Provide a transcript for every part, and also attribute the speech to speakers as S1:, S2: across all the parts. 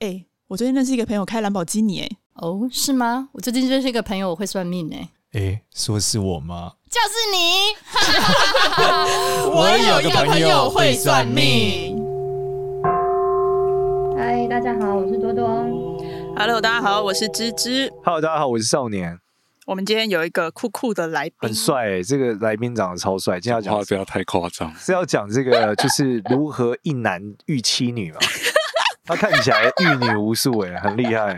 S1: 哎、我最近认识一个朋友开兰博基尼、哎，
S2: 哦，是吗？我最近认识一个朋友，我会算命哎、
S3: 诶，说是我吗？
S2: 就是你。
S3: 我有个朋友会算命。
S4: 嗨，大家好，我是多多。
S1: Hello，大家好，我是芝芝。
S3: Hello，大家好，我是少年，
S1: 我们今天有一个酷酷的来宾
S3: 很，帅、诶，这个来宾长得超帅，今天要
S5: 讲话
S3: 讲
S5: 不要太夸 张。
S3: 是要讲这个，就是如何一男遇 七女嘛。他看起来玉女无数诶，很厉 害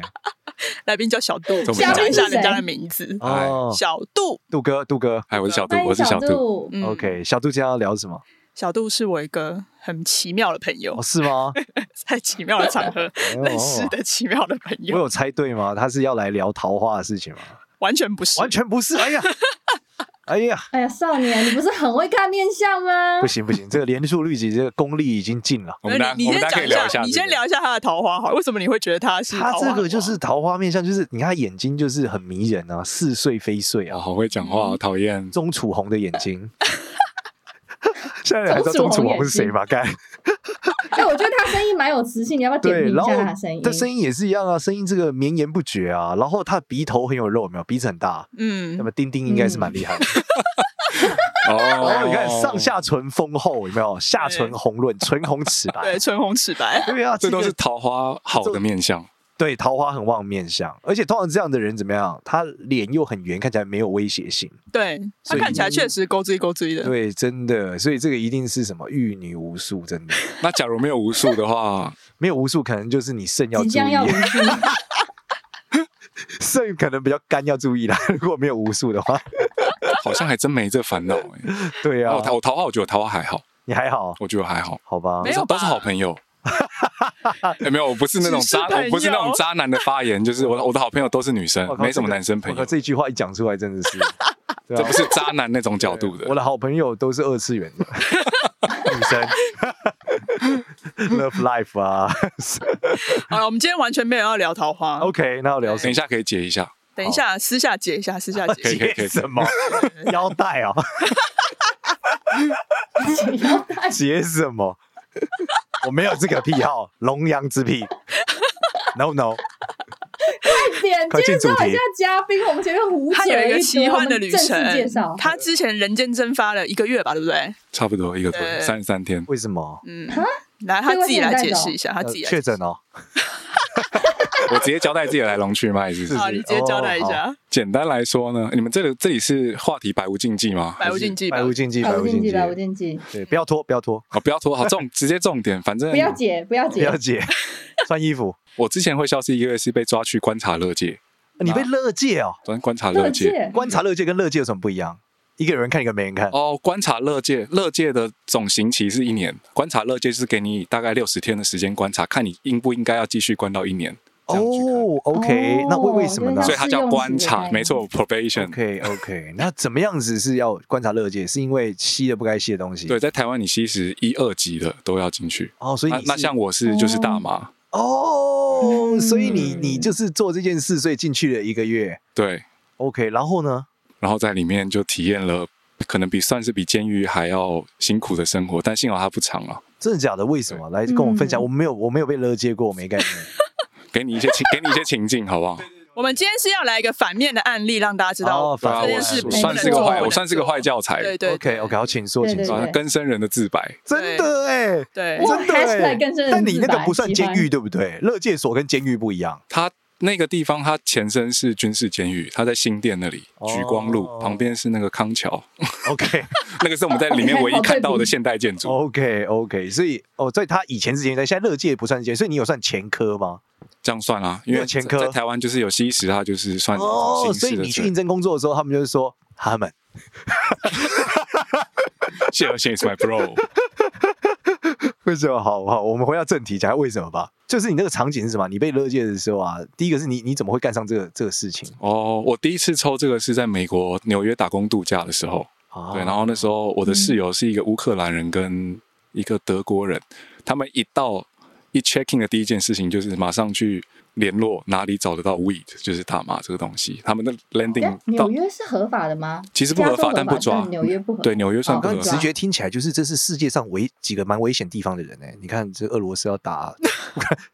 S1: 来宾叫小杜，
S5: 怎么
S1: 讲
S5: 讲
S1: 一下人家的名字。
S5: 哎
S3: 哦。
S1: 小杜，
S3: 杜哥，杜哥、
S5: 嗨，我是小杜
S4: 欢，迎
S5: 我是小杜。
S4: 杜。
S1: 嗯
S3: OK，小杜今天要聊什么？
S1: 小杜是我一个很奇妙的朋友
S3: 哦，，是吗？
S1: 在奇妙的场 合认识的奇妙的朋
S3: 我
S1: 友，
S3: 有猜对吗？他是要来聊桃花的事情吗？
S1: 完全不是，
S3: 完全不是。 哎呀，哎呀，
S4: 哎呀，少 年，你不是很会看面相吗
S3: 不？行不行，这个连数律己，这个功力已经尽了。
S5: 我们大
S1: 你
S5: 我
S1: 你
S5: 们
S1: 先
S5: 大家
S1: 讲
S5: 可以聊一
S1: 下，
S5: 下，
S1: 你先。聊一下他的桃花好了，为什么你会觉得他是
S3: 他
S1: 桃花
S3: 这
S1: 好
S3: 个就是桃花面相，就是你看他眼睛就是很迷人啊，似睡非睡
S5: 哦，
S3: 啊，
S5: 好会讲话，好 讨厌。
S3: 钟楚红的眼睛。现在你还知道钟楚红是谁吗？该
S4: 哎，我觉得他声音蛮有磁性，你要不要点
S3: 对，
S4: 评一
S3: 然后
S4: 下他的声音？
S3: 他声音也是一样啊，声音这个绵延不绝啊，然后他的鼻头很有肉，有没有？鼻子很大，
S1: 嗯
S3: 那，么丁丁应该是蛮厉害的。然
S5: 哦
S3: 后你看上，下唇丰厚，有没有？下唇红润，唇红齿白
S1: 对，。唇红齿白，
S3: 对啊，
S5: 这都
S3: 个
S5: 是桃花好的面相。
S3: 对桃花很旺的面相，而且通常这样的人怎么样？他脸又很圆，看起来没有威胁性。
S1: 对他
S3: 所以
S1: 看起来确实勾追勾追的，
S3: 对，真的，所以这个一定是什么玉女无数，真的
S5: 那假如没有无数的话，
S3: 没有无数，可能就是你肾要
S4: 即
S3: 注
S4: 将要无
S3: 意，
S4: 数，
S3: 肾可能比较干要注意啦。 如果没有无数的 话，
S5: 好像还真没这烦恼哎。
S3: 对
S5: 然
S3: 啊
S5: 后，桃我桃花，我觉得我桃花还好，
S3: 你还好，
S5: 我觉得我还好，
S3: 好吧
S1: 没？有吧
S5: 都是好朋友。 哎没有，我不是那种渣，
S1: 只是朋友
S5: 我不是那种渣男的发言，就是我的我的好朋友都是女生
S3: 我，靠
S5: 没什么
S3: 这个
S5: 男生朋
S3: 我靠
S5: 友，
S3: 这句话一讲出来，真的 是，对
S5: 这
S3: 啊
S5: 不是渣男那种角度
S3: 我
S5: 的。
S3: 的好朋友都是二次元 的女生，Love Life 啊。
S1: 好
S5: 嗯
S1: 了，我们今天完全没有要聊桃花。
S3: OK，那要聊什
S5: 等
S3: 么
S5: 一？下可以解一下，
S1: 等一下，私下解一下，私下解
S5: 可
S1: 一
S5: 以
S1: 下。
S5: 可以可以。
S3: 什么腰带啊？结什么？我没有这个癖好，龙阳之癖。No no，
S4: 点
S3: 快
S4: 今
S3: 进
S4: 天
S3: 主
S4: 招一
S3: 题
S4: 下嘉宾，我们前面胡扯
S1: 他有一
S4: 了
S1: 个
S4: 堆
S1: 奇幻的旅
S4: 我们正式介
S1: 程
S4: 绍，。
S1: 他之前人间蒸发了一个月吧，对不对？
S5: 差不多一个多
S1: 对
S5: 三十三天，
S3: 为什么？
S1: 嗯，来，他自己来解释一下，他
S3: 呃
S1: 自己来
S3: 确诊哦，
S5: 我直接交代自己的来龙去脉，呃是不是？哦
S1: 好，你直接交代一下，
S5: 简单来说呢，你们这里这里是话题百无禁忌吗？
S1: 百无禁忌吧
S3: 百。无禁忌，
S4: 百无
S3: 无
S4: 禁忌，
S3: 忌，
S4: 百无禁忌，
S3: 对，不要拖，不要拖，
S5: 哦，不 要拖，好重，直接重点。反正
S4: 不要解，不要
S3: 嗯不
S4: 解
S3: 要。解，穿衣服。
S5: 我之前会消失一个月是被抓去观察乐界，
S3: 你被乐界哦，
S5: 专观察乐
S4: 乐
S5: 界。
S4: 界，
S3: 观察乐界跟乐界有什么不一样？一个有人看，一个没人看。
S5: 哦，观察乐界，乐界的总刑期是一年，观察乐界是给你大概六十天的时间观察，看你应不应该要继续关到一年。这样去看
S3: 哦，OK，
S4: 哦
S3: 那为为什么呢
S4: 原来
S5: 所以它叫观
S4: 试用期的概
S5: 察，
S4: 念
S5: 没错，probation。
S3: ？OK OK，那怎么样子是要观察乐界？是因为吸了不该吸的东西。
S5: 对，在台湾你吸食一二级的都要进去。
S3: 哦，所以
S5: 那
S3: 你
S5: 那
S3: 是
S5: 像我是就是大麻，
S3: 哦，
S4: 嗯
S3: 所以你你就是做这件事，所以进去了一个月。
S5: 对，
S3: OK，然后呢？
S5: 然后在里面就体验了可能比算是比监狱还要辛苦的生活，但幸好它不长啊，
S3: 真的假的？为什么？来跟我们分享。
S4: 嗯
S3: 我没有，我没有被勒接过，我没概念。
S5: 给你一些情，给你一些情境，好不好？
S1: 我们今天是要来一个反面的案例，让大家知道
S3: 哦
S1: 这
S3: 反
S5: 对
S1: 件
S5: 啊我
S1: 事
S5: 是
S1: 不
S5: 我
S1: 能
S5: 算是个
S1: 做
S5: 坏，
S1: 不
S5: 我
S1: 能
S5: 算是个
S1: 做
S5: 坏教材，
S1: 对对
S3: OK OK，好，请说，
S4: 对
S3: 请
S4: 对
S3: 说。
S5: 啊
S4: 对
S5: 更生人的自白。
S3: 真的哎，
S1: 对
S4: 哇
S3: 真的哎
S4: hashtag 更深的自白
S3: 但你那个不算监
S4: 喜
S3: 狱对不对？乐界所跟监狱不一样。
S5: 它那个地方，它前身是军事监狱，它在新店那里
S3: 哦，
S5: 橘光路旁边是那个康桥，
S3: OK
S5: 那个是我们在里面
S4: OK，
S5: 唯一看到的现代建筑。
S3: OK OK，所以哦，所以他以前是监狱，但现在乐界不算监狱，所以你有算前科吗？
S5: 这样算啦、因
S3: 有
S5: 为
S3: 前
S5: 在
S3: 科
S5: 在台湾就是有吸食，它就是算
S3: 哦，
S5: 刑
S3: 所以
S5: 事的
S3: 你去
S5: 罪
S3: 应。征工作的时候，他们就是说他们
S5: 谢尔逊 is my bro。
S3: 为什么？好好，我们回到正题，讲下为什么吧。就是你那个场景是什么？你被勒戒的时候啊，第一个是你你怎么会干上这个这个事情
S5: 哦，我第一次抽这个是在美国纽约打工度假的时候，
S3: 啊？
S5: 对，然后那时候我的室友是一个乌克兰人跟一个德国人，他们一到一 check in 的第一件事情就是马上去联络哪里找得到 weed，就是大麻这个东西。他们的
S4: 哎
S3: 嗯哦
S5: landing 到
S4: 纽约是合法的吗？
S5: 其实不合
S4: 加
S5: 法
S4: 州
S5: 但不抓
S4: 纽约不合法。
S5: 对纽约算
S4: 哦
S5: 不合
S3: 刚
S5: 法
S3: 直觉听起来就是这是世界上危几个蛮危险地方的人哎、你看这俄罗斯要打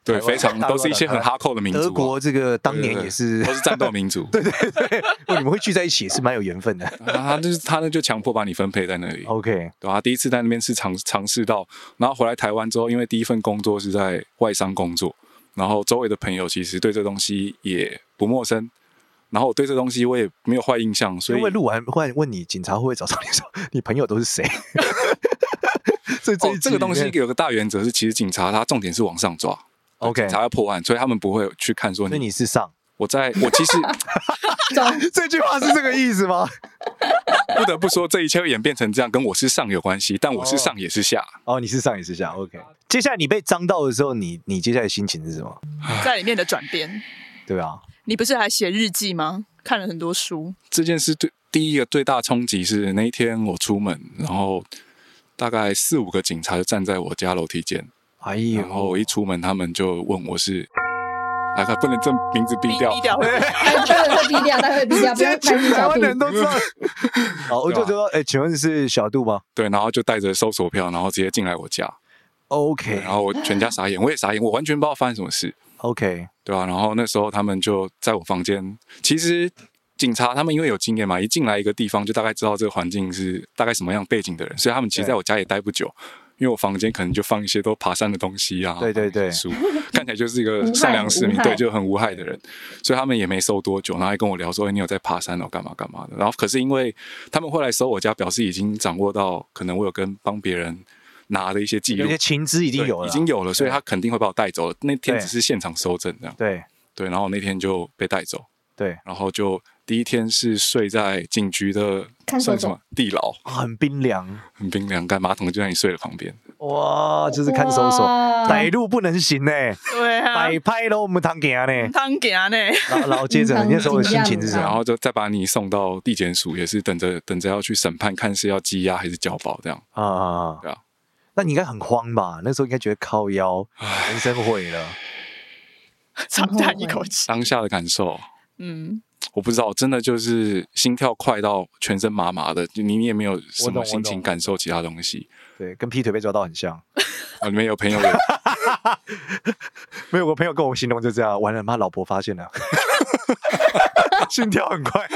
S5: 对，
S3: 台湾
S5: 非常
S3: 大陆
S5: 都是一些很哈扣的民族啊、
S3: 德国这个当年
S5: 对对对
S3: 也是
S5: 都，是战斗 民族，对对
S3: 哦你们会聚在一起也是蛮有缘分的。
S5: 他就是他呢就强迫把你分配在那里，
S3: OK，
S5: 对啊，第一次在那边是尝尝试到，然后回来台湾之后，因为第一份工作是在外商工作，然后周围的朋友其实对这东西也不陌生，然后我对这东西我也没有坏印象，所
S3: 因
S5: 以哦
S3: 为录完忽然问你，警察会不会找上你说你朋友都是谁？ 所以这一
S5: 哦，
S3: 集
S5: 这个东西
S3: 里面
S5: 有个大原则是，其实警察他重点是往上抓
S3: OK
S5: 警察要破案，所以他们不会去看说
S3: 所以
S5: 你
S3: 你是上
S5: 我在我其实
S3: 这句话是这个意思吗？
S5: 不得不说，这一切会演变成这样，跟我是上有关系，但我是上也是下。
S3: 哦，你是上也是下，OK。接下来你被张到的时候，你你接下来的心情是什么？
S1: 在里面的转变。
S3: 对啊，
S1: 你不是还写日记吗？看了很多书，
S5: 这件事对第一个最大冲击是那一天我出门，然后大概四五个警察就站在我家楼梯间，
S3: 哎
S5: 然后
S3: 呦，
S5: 我一出门，他们就问我是，啊，他不能这名字
S1: 低
S5: 毙掉，
S1: 掉。
S4: 待会会低调，待会低调，不
S3: 接
S4: 要拍
S3: 全
S4: 你
S3: 台
S4: 小
S3: 湾
S4: 屁
S3: 人
S4: 股。
S3: 都知道。 好，我就
S5: 对啊
S3: 说，哎，请问是小杜吗
S5: 对，然后就带着搜索票，然后直接进来我家，
S3: ？OK
S5: 然后我全家傻眼，我也傻眼，我完全不知道发生什么事。
S3: OK，
S5: 对啊，然后那时候他们就在我房间。其实警察他们因为有经验嘛，一进来一个地方就大概知道这个环境是大概什么样背景的人，所以他们其实
S3: 对
S5: 在我家也待不久，因为我房间可能就放一些都爬山的东西啊，
S3: 对对对
S5: 放一些书 看起来就是一个
S4: 害
S5: 善良市民，
S4: 无害
S5: 对，就很无害的人，所以他们也没搜多久，然后还跟我聊说，哎，你有在爬山哦，干嘛干嘛的。然后可是因为他们会来搜我家，表示已经掌握到可能我有跟帮别人拿的一些记
S3: 有
S5: 录
S3: 些。情资已
S5: 已
S3: 经有了，
S5: 已经有了，所以他肯定会把我带走了。那天
S3: 对
S5: 只是现场搜证这样。
S3: 对
S5: 对，然后那天就被带走，
S3: 对，
S5: 然后就第一天是睡在警局的
S4: 看守所
S5: 算什么地牢，
S3: 啊很冰凉
S5: 很冰凉，盖马桶就在你睡的旁边。
S3: 哇，就是看守所，
S4: 哇
S3: 歹路不能行呢，
S1: 对啊，
S3: 摆拍喽，我们堂行呢。
S1: 汤给啊呢，
S3: 然后然后接着你那时候的心情是什
S4: 对
S5: 然
S3: 么？
S5: 后就再把你送到地检署，也是等着等着要去审判，看是要羁押还是交保这样。
S3: 啊啊啊
S5: 对啊！
S3: 那你应该很慌吧？那时候应该觉得靠腰，人生毁了。
S1: 长叹一口气。
S5: 当下的感受，
S1: 嗯，
S5: 我不知道，真的就是心跳快到全身麻麻的，就你你也没有什
S3: 我懂
S5: 么
S3: 我
S5: 心情
S3: 懂
S5: 感受其他东西。
S3: 对，跟劈腿被抓到很像。
S5: 啊，里面有朋友也
S3: 没有，我朋友跟我形容就这样，完了，妈老婆发现 了，心跳很快，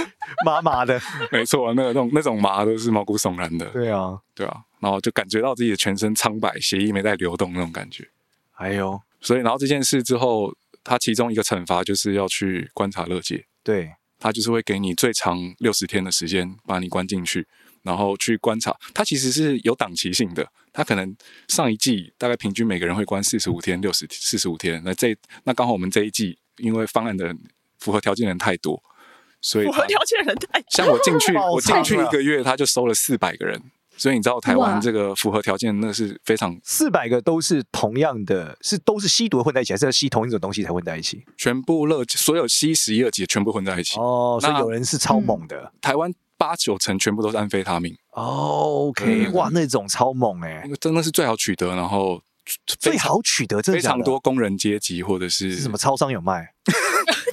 S3: 麻麻的。
S5: 没错，那个那种那种麻都是毛骨悚然的，
S3: 对啊，
S5: 对啊，然后就感觉到自己的全身苍白，血液没在流动那种感觉。
S3: 哎呦，
S5: 所以，然后这件事之后，他其中一个惩罚就是要去观察乐界，
S3: 对，
S5: 他就是会给你最长六十天的时间把你关进去，然后去观察。他其实是有档期性的，他可能上一季大概平均每个人会关四十五天、六十四十五天。那这那刚好我们这一季，因为方案的人符合条件的人太多，所以
S1: 符
S5: 他
S1: 合条件的人太
S5: 像我进去，
S3: 好
S5: 我进去
S3: 长啊
S5: 一个月，他就收了四百个人。所以你知道台
S4: 哇
S5: 湾这个符合条件，那是非常
S3: 四百个都是同样的，是都是吸毒混在一起，还是要吸同一种东西才混在一起？
S5: 全部乐所有 C 十一二级全部混在一起。
S3: 哦，所以
S5: 那
S3: 有人是超猛的。
S5: 台湾八九成全部都是安非他命，
S3: 哦，OK，
S5: 嗯
S3: 哇，那种超猛哎、
S5: 因为真的是最好取得，然后
S3: 最
S5: 非常
S3: 好取得，真
S5: 非
S3: 的假的
S5: 常多工人阶级或者是
S3: 是什么？超商有 卖？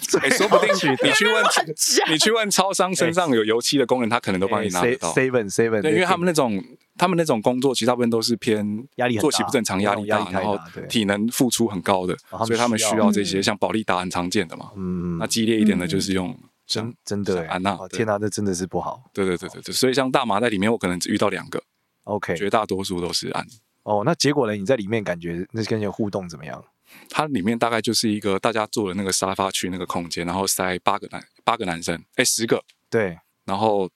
S3: 最
S5: 哎说不定你 去问
S1: 乱讲。
S5: 你去问超商身
S3: 哎
S5: 上有油漆的工人，他可能都帮你拿得到。
S3: seven seven，
S5: 对，因为他们那种他们那种工作，其实大部分都是偏
S3: 压力很大
S5: 作息不正常、压力
S3: 压力
S5: 大，
S3: 太大
S5: 然后
S3: 对
S5: 体能付出很高的，
S3: 哦他们
S5: 所以他们
S3: 需要
S5: 需要这些
S1: 嗯
S5: 像保利达很常见的嘛。
S3: 嗯
S5: 那激烈一点的就是用像
S3: 真真的、欸，
S5: 像安娜
S3: 哦
S5: 啊对
S3: 天哪、这真的是不好。
S5: 对对对对对，所以像大麻在里面，我可能只遇到两个，
S3: OK，
S5: 绝大多数都是安。
S3: 哦，那结果呢？你在里面感觉那跟人互动怎么样？
S5: 它里面大概就是一个大家坐的那个沙发区那个空间，然后塞八个男八个男生，哎，十个，
S3: 对
S5: 然后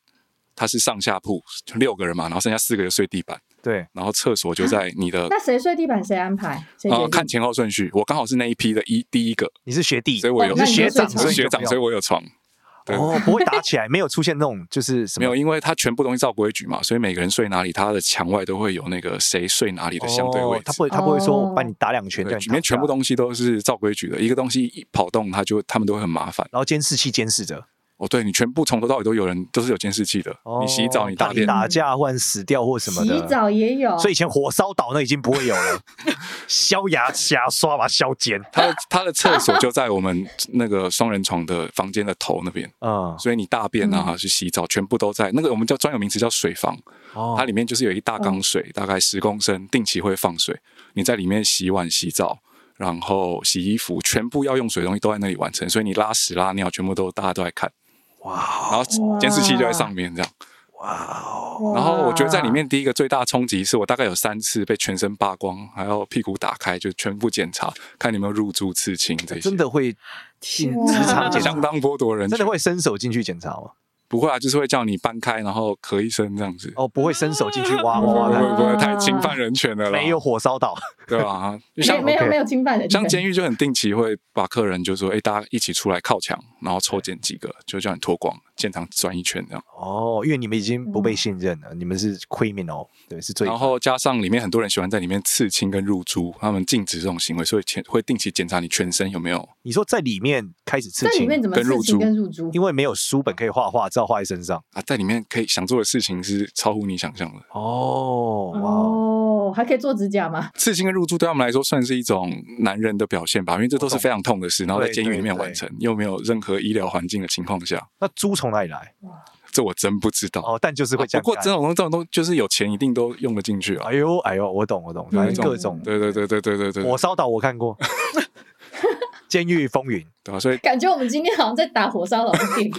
S5: 它是上下铺，就六个人嘛，然后剩下四个人睡地板，
S3: 对，
S5: 然后厕所就在你的
S4: 啊那谁睡地板谁安排？谁决
S5: 呃
S3: 啊
S4: 定？
S5: 看前后顺序，我刚好是那一批的一第一个，
S3: 你是学弟，
S5: 所以我有
S4: 哦那你
S3: 是学长，
S4: 就睡
S5: 我是
S3: 所以
S5: 学长，所以
S3: 以
S5: 我有床。对
S3: 哦，不会打起来，没有出现那种就是什么
S5: 没有，因为它全部东西照规矩嘛，所以每个人睡哪里，它的墙外都会有那个谁睡哪里的相对位
S3: 哦他
S5: 置。
S3: 不会他不会说
S4: 哦
S3: 我把你打两拳，
S5: 对，
S3: 叫你
S5: 里面
S3: 躺
S5: 全部
S3: 下，
S5: 东西都是照规矩的，一个东西一跑动，它就他们都会很麻烦。
S3: 然后监视器监视着。
S5: 哦，对你全部从头到尾都有人都是有监视器的，
S3: 哦
S5: 你洗澡、你
S3: 当
S5: 大
S3: 你
S5: 便，
S3: 打架或者死掉或什么的，
S4: 洗澡也有，
S3: 所以以前火烧岛那已经不会有 了，削牙牙刷把它削尖，
S5: 他 的他的厕所就在我们那个双人床的房间的头那边，
S3: 嗯，
S5: 所以你大便啊、去洗澡，全部都在那个我们叫专有名词叫水房，
S3: 哦
S5: 它里
S3: 嗯
S5: 面就是有一大缸水，大概十公升，定期会放水，你在里面洗碗、洗澡，然后洗衣服，全部要用水的东西都在那里完成，所以你拉屎拉尿全部都大家都在看，
S3: 哇
S5: 然后监视器就在上面这样。
S3: 哇哦，
S4: 哇
S5: 然后我觉得在里面第一个最大冲击是我大概有三次被全身扒光，还有屁股打开，就全部检查，看你有没有入住刺青这些。
S3: 真的会进
S4: 哇
S3: 职场检查
S5: 相，当剥夺人权，
S3: 真的会伸手进去检查吗？
S5: 不会啊？就是会叫你搬开，然后咳一声这样子。
S3: 哦，不会伸手进去挖挖
S5: 不
S3: 挖
S5: 会
S3: 看，
S5: 不会太侵犯人权了啦，
S3: 没有火烧到，
S5: 对吧？就
S4: 没
S5: 像
S4: 没有
S3: OK
S4: 没有侵犯人权，
S5: 像监狱就很定期会把客人就说，哎，大家一起出来靠墙，然后抽检几个，就叫你脱光，现场转一圈这样。
S3: 哦，因为你们已经不被信任了，你们是 criminal，对，是罪
S5: 然后加上里面很多人喜欢在里面刺青跟入珠，他们禁止这种行为，所以前会定期检查你全身有没有。
S3: 你说在里面开始刺
S4: 在里
S3: 青，
S4: 面怎么
S5: 跟入
S4: 事情
S5: 住
S4: 跟入住？
S3: 因为没有书本可以画画，只好画在身上。
S5: 啊，在里面可以想做的事情是超乎你想象的。
S3: 哦，哇哦，
S4: 哦，还可以做指甲吗？
S5: 刺青跟入住对他们来说算是一种男人的表现吧，因为这都是非常痛的事，然后在监狱里面完成，又没有任何医疗环境的情况下，
S3: 那猪从哪里来？
S5: 这我真不知道。
S3: 哦，但就是
S5: 啊
S3: 会这
S5: 不
S3: 样干。
S5: 过这种东西这种东西就是有钱一定都用得进去啊，
S3: 哎呦哎呦，我懂我懂，反
S5: 那
S3: 正
S5: 种
S3: 各种。
S5: 对对对对对对对，
S3: 火烧岛我看过， 《监狱风云》
S5: 对吧？啊所以
S4: 感觉我们今天好像在打火烧老的电影。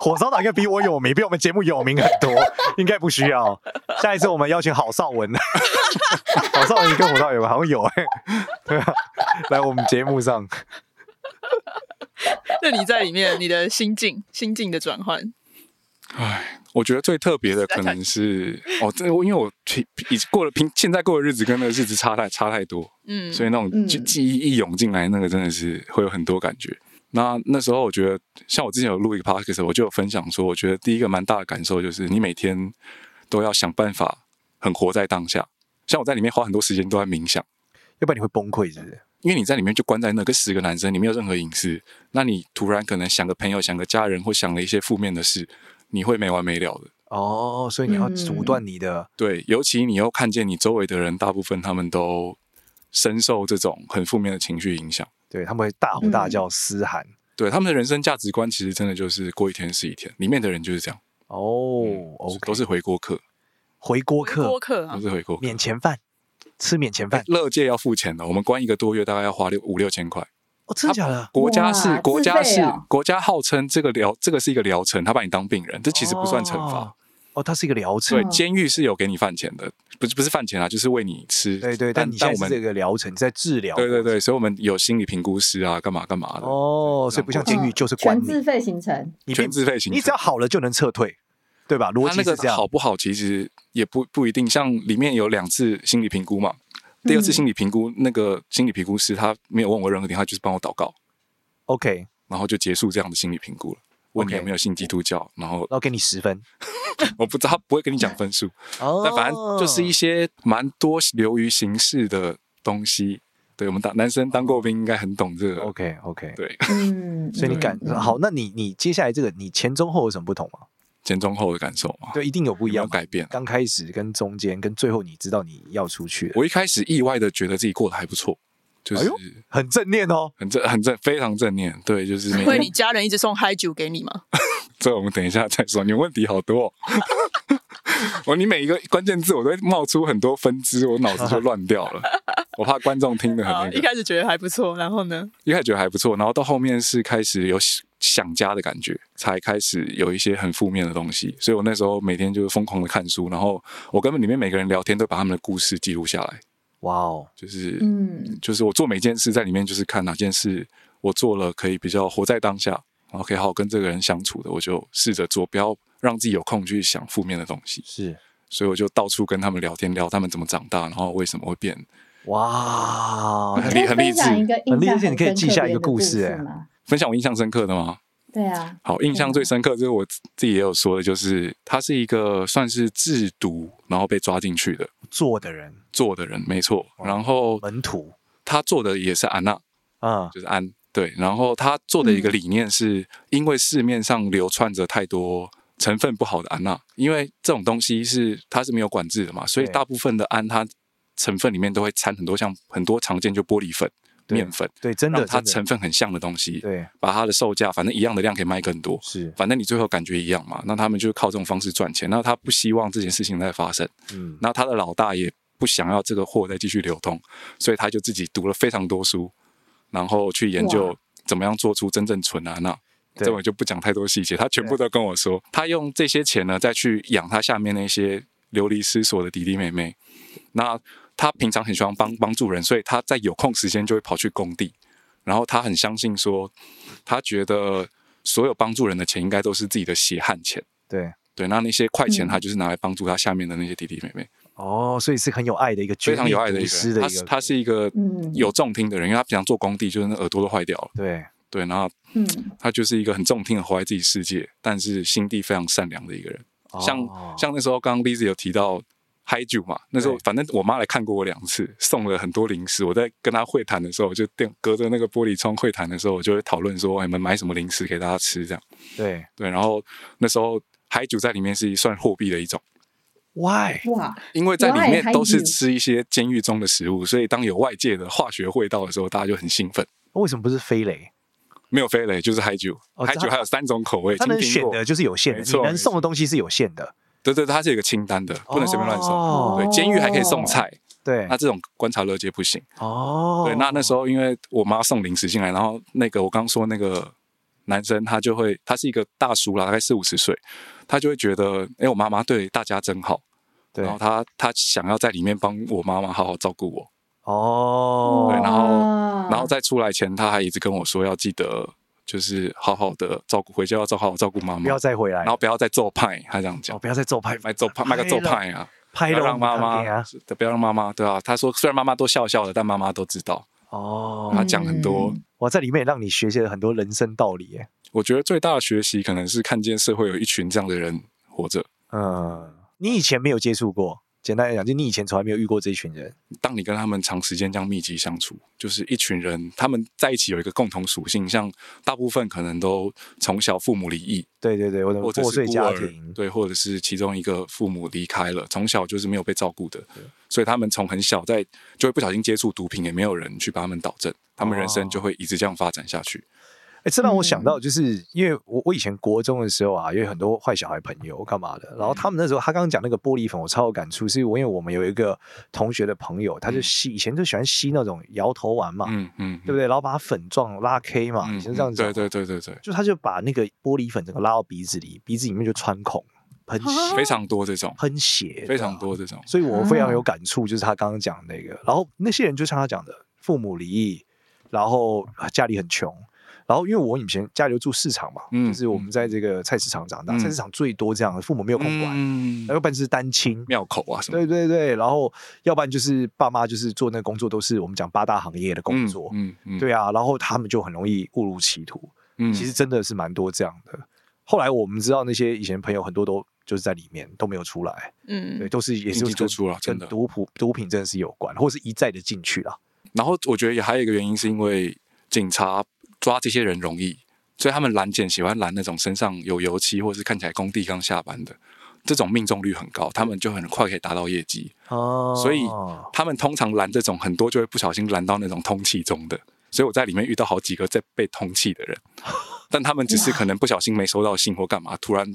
S3: 火烧岛应该比我有名，比我们节目有名很多， 应该不需要。下一次我们邀请郝邵文， 郝邵文跟火烧有吗？好像有哎、 对啊，来我们节目上。
S1: 那你在里面，你的心境、心境的转换，
S5: 我觉得最特别的可能是哦，这我因为我平已经过了平现在过的日子跟那个日子差太差太多，
S1: 嗯，
S5: 所以那种
S4: 嗯
S5: 记记忆一涌进来，那个真的是会有很多感觉。那那时候我觉得，像我之前有录一个 podcast，我就有分享说，我觉得第一个蛮大的感受就是，你每天都要想办法很活在当下。像我在里面花很多时间都在冥想，
S3: 要不然你会崩溃，是不是？
S5: 因为你在里面就关在那跟十个男生，你没有任何隐私。那你突然可能想个朋友、想个家人，或想了一些负面的事，你会没完没了的。
S3: 哦，所以你要阻断你的，
S5: 对，尤其你又看见你周围的人，大部分他们都深受这种很负面的情绪影响。
S3: 对他们会大吼大叫、嘶喊。
S5: 对他们的人生价值观，其实真的就是过一天是一天。里面的人就是这样，
S3: 哦
S5: 嗯
S3: ，OK，嗯
S5: 都是回锅客，
S3: 回锅客
S1: 播，客啊
S5: 都，是回锅客。
S3: 免钱饭，吃免钱饭
S5: 哎。乐界要付钱的，我们关一个多月大概要花六五六千块。
S3: 哦，真的假的？
S5: 国家
S4: 哇
S5: 是
S4: 自
S5: 国家
S4: 费
S5: 是
S4: 哦
S5: 国家号称这个疗这个是一个疗程，他把你当病人，这其实不算惩罚。
S3: 哦。嗯哦，它是一个疗
S5: 对
S3: 程。，
S5: 监狱是有给你饭钱的，不是不是饭钱啊，就是喂你吃。
S3: 对对，但
S5: 但
S3: 你
S5: 但
S3: 现
S5: 我
S3: 在
S5: 们
S3: 是这个疗程，你在治疗。
S5: 对对。对，所以我们有心理评估师啊，干嘛干嘛的。
S3: 哦，所以不像监狱
S4: 嗯
S3: 就是关
S4: 全
S3: 你，
S4: 自费行程，
S3: 你
S5: 全
S3: 并
S5: 自费行程
S3: 你只要好了就能撤退，对吧？逻
S5: 他
S3: 辑
S5: 那
S3: 是
S5: 个
S3: 这样。
S5: 好不好，其实也不不一定。像里面有两次心理评估嘛，第
S3: 嗯
S5: 二次心理评估，那个心理评估师他没有问我任何点，他就是帮我祷告，
S3: OK，
S5: 然后就结束这样的心理评估了。问你
S3: OK
S5: 有没有信基督教，然后
S3: 那哦我给你十分。
S5: 我不知道他不会跟你讲分数，
S3: 哦
S5: 但反正就是一些蛮多流于形式的东西。对我们当男生当过兵，应该很懂这个。
S3: OK OK。
S5: 对，
S4: 嗯，
S3: 所以你感
S4: 嗯嗯
S3: 好，那你你接下来这个你前中后有什么不同吗？
S5: 前中后的感受嘛，
S3: 对，一定有不一
S5: 有没有
S3: 样嘛。
S5: 改变。啊
S3: 刚开始跟中间跟最后，你知道你要出去了，
S5: 我一开始意外的觉得自己过得还不错，就
S3: 哎
S5: 是
S3: 呦很正念哦。
S5: 很正、很正、非常正念。对，就是 每
S1: 会
S5: 天
S1: 你家人一直送嗨酒给你吗？
S5: 这我们等一下再说。你问题好 多、哦，我你每一个关键字我都会冒出很多分支，我脑子就乱 掉了。我怕观众听得很
S1: 啊，
S5: 哎那
S1: 一
S5: 个，
S1: 开始觉得还不错，然后呢？
S5: 一开始觉得还不错，然后到后面是开始有想想家的感觉，才开始有一些很负面的东西。所以我那时候每天就是疯狂的看书，然后我跟里面每个人聊天都把他们的故事记录下来，
S3: 哇哦，
S5: 就是
S4: 嗯，
S5: 就是我做每件事在里面就是看哪件事我做了可以比较活在当下，然后可以好好跟这个人相处的，我就试着做，不要让自己有空去想负面的东西。
S3: 是
S5: 所以我就到处跟他们聊天，聊他们怎么长大，然后为什么会变。
S3: 哇，哦
S5: 很
S4: 嗯可
S5: 厉
S4: 以
S5: 很
S4: 分
S5: 励志
S4: 享一个印
S3: 很
S4: 象
S3: 励志你可以
S4: 深
S3: 记
S4: 刻
S3: 下
S4: 别
S3: 一个
S4: 人的
S3: 故
S4: 故
S3: 事哎
S4: 吗？
S5: 分享我印象深刻的吗？
S4: 对啊，
S5: 好，印象最深刻就是我自己也有说的，就是他是一个算是制毒，然后被抓进去的
S3: 做的人
S5: 做的人，没错。然后
S3: 门徒
S5: 他做的也是安娜，
S3: 啊，
S5: 就是安对。然后他做的一
S3: 嗯
S5: 个理念是，因为市面上流窜着太多成分不好的安娜，因为这种东西是它是没有管制的嘛，所以
S3: 对
S5: 大部分的安它成分里面都会掺很多像很多常见就玻璃粉、
S3: 对
S5: 面粉，
S3: 对，真的
S5: 让它
S3: 真的
S5: 成分很像的东西，
S3: 对
S5: 把它的售价反正一样的量可以卖更多。
S3: 是
S5: 反正你最后感觉一样嘛，那他们就靠这种方式赚钱。那他不希望这件事情再发生，
S3: 嗯
S5: 那他的老大也不想要这个货再继续流通，所以他就自己读了非常多书，然后去研究怎么样做出真正纯安娜。
S3: 对
S5: 这我就不讲太多细节，他全部都跟我说，他用这些钱呢，再去养他下面那些流离失所的弟弟妹妹。那他平常很喜欢帮帮助人，所以他在有空时间就会跑去工地，然后他很相信说，他觉得所有帮助人的钱应该都是自己的血汗钱。
S3: 对，
S5: 对，那那些快钱，
S4: 嗯
S5: 他就是拿来帮助他下面的那些弟弟妹妹，
S3: 哦，所以是很有爱的一个
S5: 非常有爱的
S3: 绝密
S5: 一个
S3: 毒师的
S5: 人。他
S3: 一
S5: 是
S3: 个，
S5: 他是一个
S4: 嗯
S5: 有重听的人，因为他平常做工地，就是那耳朵都坏掉了。
S3: 对
S5: 对，然后
S4: 嗯，
S5: 他就是一个很重听的活在自己世界，但是心地非常善良的一个人。
S3: 哦
S5: 像像那时候刚刚 Lizzy 有提到 Hi j u 嘛，那时候
S3: 对
S5: 反正我妈来看过我两次，送了很多零食。我在跟她会谈的时候，我就电隔着那个玻璃窗会谈的时候，我就会讨论说哎你们买什么零食给大家吃这样。
S3: 对
S5: 对，然后那时候 Hi j u 在里面是算货币的一种。
S3: ，Why？
S4: 哇，
S5: 因为在里
S4: Why
S5: 面都是
S4: Haiju？
S5: 吃一些监狱中的食物，所以当有外界的化学味道的时候，大家就很兴奋。
S3: 为什么不是飞雷？
S5: 没有飞雷就是海酒，
S3: 哦
S5: 海酒
S3: 它
S5: 还有三种口味，
S3: 他能
S5: 请听
S3: 选
S5: 过
S3: 的就是有限的，你
S5: 没错
S3: 能送的东西是有限的。
S5: 对对，对它是有一个清单的，不能随便乱送。嗯
S3: 哦
S5: 对，监狱还可以送菜，
S3: 对
S5: 那，这种观察乐界不行。
S3: 哦，
S5: 对，那那时
S3: 候
S5: 候因为我妈送零食进来，然后那个我刚说那个男生他就会，他是一个大叔啦，大概四五十岁，他就会觉得，哎、我妈妈对大家真好，
S3: 对
S5: 然后他他想要在里面帮我妈妈好好照顾我。
S3: 哦，
S5: 对，然
S4: 哇
S5: 后然后在出来前，他还一直跟我说要记得，就是好好的照顾，回家要照好好照顾妈
S3: 不
S5: 妈
S3: 要，再回来，
S5: 然后不要再做派，他这样
S3: 哦，
S5: 讲，
S3: 不要再做派，
S5: 买做派买个做派啊，不
S3: 拍
S5: 要
S3: 了
S5: 让妈
S3: 我们看
S5: 妈
S3: 看啊，
S5: 对不要让妈妈对啊，他说虽然妈妈都笑笑的，但妈妈都知道，他
S3: 哦，
S5: 讲很多。
S3: 我在里面也让你学习了很多人生道理耶，
S5: 我觉得最大的学习可能是看见社会有一群这样的人活着。
S3: 嗯，你以前没有接触过，简单来讲，就你以前从来没有遇过这一群人，
S5: 当你跟他们长时间这样密集相处，就是一群人，他们在一起有一个共同属性，像大部分可能都从小父母离异，
S3: 对对对，我的
S5: 或者
S3: 破
S5: 是
S3: 碎
S5: 孤
S3: 家
S5: 儿
S3: 庭，
S5: 对，或者是其中一个父母离开了，从小就是没有被照顾的，所以他们从很小在就会不小心接触毒品，也没有人去把他们导正，他们人
S3: 哦
S5: 生就会一直这样发展下去。
S3: 哎，这让我想
S5: 嗯
S3: 到，就是、因为我我以前国中的时候啊，有很多坏小孩朋友干嘛的，然
S5: 嗯
S3: 后他们那时候他刚刚讲那个玻璃粉，我超有感触，是我因为我们有一个同学的朋友，他就吸、以前就喜欢吸那种摇头丸嘛，
S5: 嗯嗯，
S3: 啊对不
S5: 对？
S3: 对？然后把它粉状拉 K 嘛，以前是这样子、啊
S5: 对对对对对，
S3: 就他就把那个玻璃粉整个拉到鼻子里，鼻子里面就穿孔，喷血，
S5: 非常多这种，
S3: 喷血，
S5: 非常多这种。
S3: 所以我非常有感触，就是他刚刚讲的那个。然后那些人就像他讲的，父母离异，然后啊家里很穷，然后因为我以前家里就住市场嘛，
S5: 嗯
S3: 就是我们在这个菜市场长大，
S5: 嗯
S3: 菜市场最多这样的，父母没有空管，
S5: 嗯
S3: 然后要不然就是单亲。
S5: 庙口啊什么的
S3: 对对对，然后要不然就是爸妈就是做那个工作都是我们讲八大行业的工作，
S5: 嗯嗯，
S3: 对啊，然后他们就很容易误入歧途。
S5: 嗯，
S3: 其实真的是蛮多这样的。后来我们知道那些以前朋友很多都就是在里面都没有出来，对，
S1: 嗯，
S3: 都是也是
S5: 应急
S3: 跟
S5: 救出啦真
S3: 跟
S5: 的
S3: 毒品毒品真的是有关，或是一再的进去啦。
S5: 然后我觉得也还有一个原因，是因为警察抓这些人容易，所以他们拦检喜欢拦那种身上有油漆或是看起来工地刚下班的，这种命中率很高，他们就很快可以达到业绩。
S3: 哦
S5: 所以他们通常拦这种很多就会不小心拦到那种通气中的，所以我在里面遇到好几个在被通气的人， 但他们只是可能不小心没收到信或干嘛，突然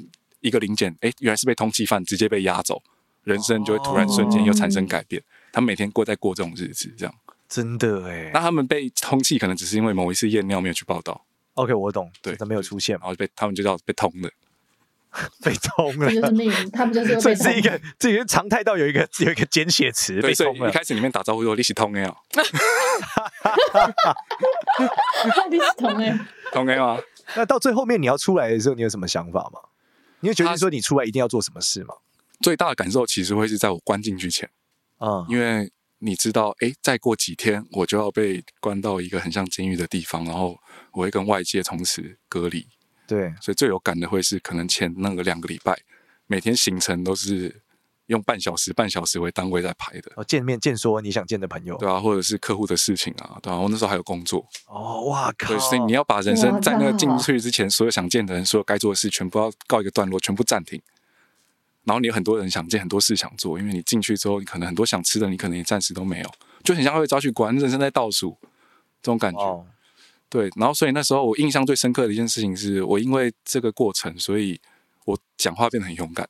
S5: 一个临检，哎，原来是被通缉犯，直接被押走，人生就会突然瞬间又产生改变。他们每天过在过这种日子，这样。
S3: 真的哎
S5: 那他们被通气，可能只是因为某一次验尿没有去报道，
S3: ，OK，我懂，
S5: 对
S3: 他没有出现
S5: 然
S3: 嘛，
S5: 后被他们就叫被通的。
S3: 被通
S4: 这就
S3: 了
S4: 是。命，他们就是会
S3: 所以
S4: 被
S3: 是一
S4: 捅
S3: 个，这个常态到有一个有一个简写词
S5: 对，
S3: 被
S5: 所
S3: 通
S5: 以一
S3: 了，
S5: 开始里面打招呼说你是通 A 哦，
S4: 你是同哎，
S5: 通 A 啊吗？
S3: 那到最后面你要出来的时候，你有什么想法吗？你会决定说你出来一定要做什么事吗？
S5: 最大的感受其实会是在我关进去前，
S3: 啊、
S5: 因为你知道，哎，再过几天我就要被关到一个很像监狱的地方，然后我会跟外界从此隔离，
S3: 对，
S5: 所以最有感的会是可能前那个两个礼拜，每天行程都是用半小时、半小时为单位在排的，
S3: 哦，见面见说你想见的朋友，
S5: 对啊，或者是客户的事情啊，对啊，我那时候还有工作，
S3: 哦，哇靠
S5: 对，，所以你要把人生
S4: 哇
S5: 在那个进
S4: 那好
S3: 啊
S5: 去之前，所有想见的人，所有该做的事，全部要告一个段落，全部暂停。然后你有很多人想见，很多事想做，因为你进去之后，你可能很多想吃的，你可能也暂时都没有，就很像会抓去关，人生在倒数这种感觉。
S3: 哦，
S5: 对，然后所以那时候我印象最深刻的一件事情是，我因为这个过程，所以我讲话变得很勇敢，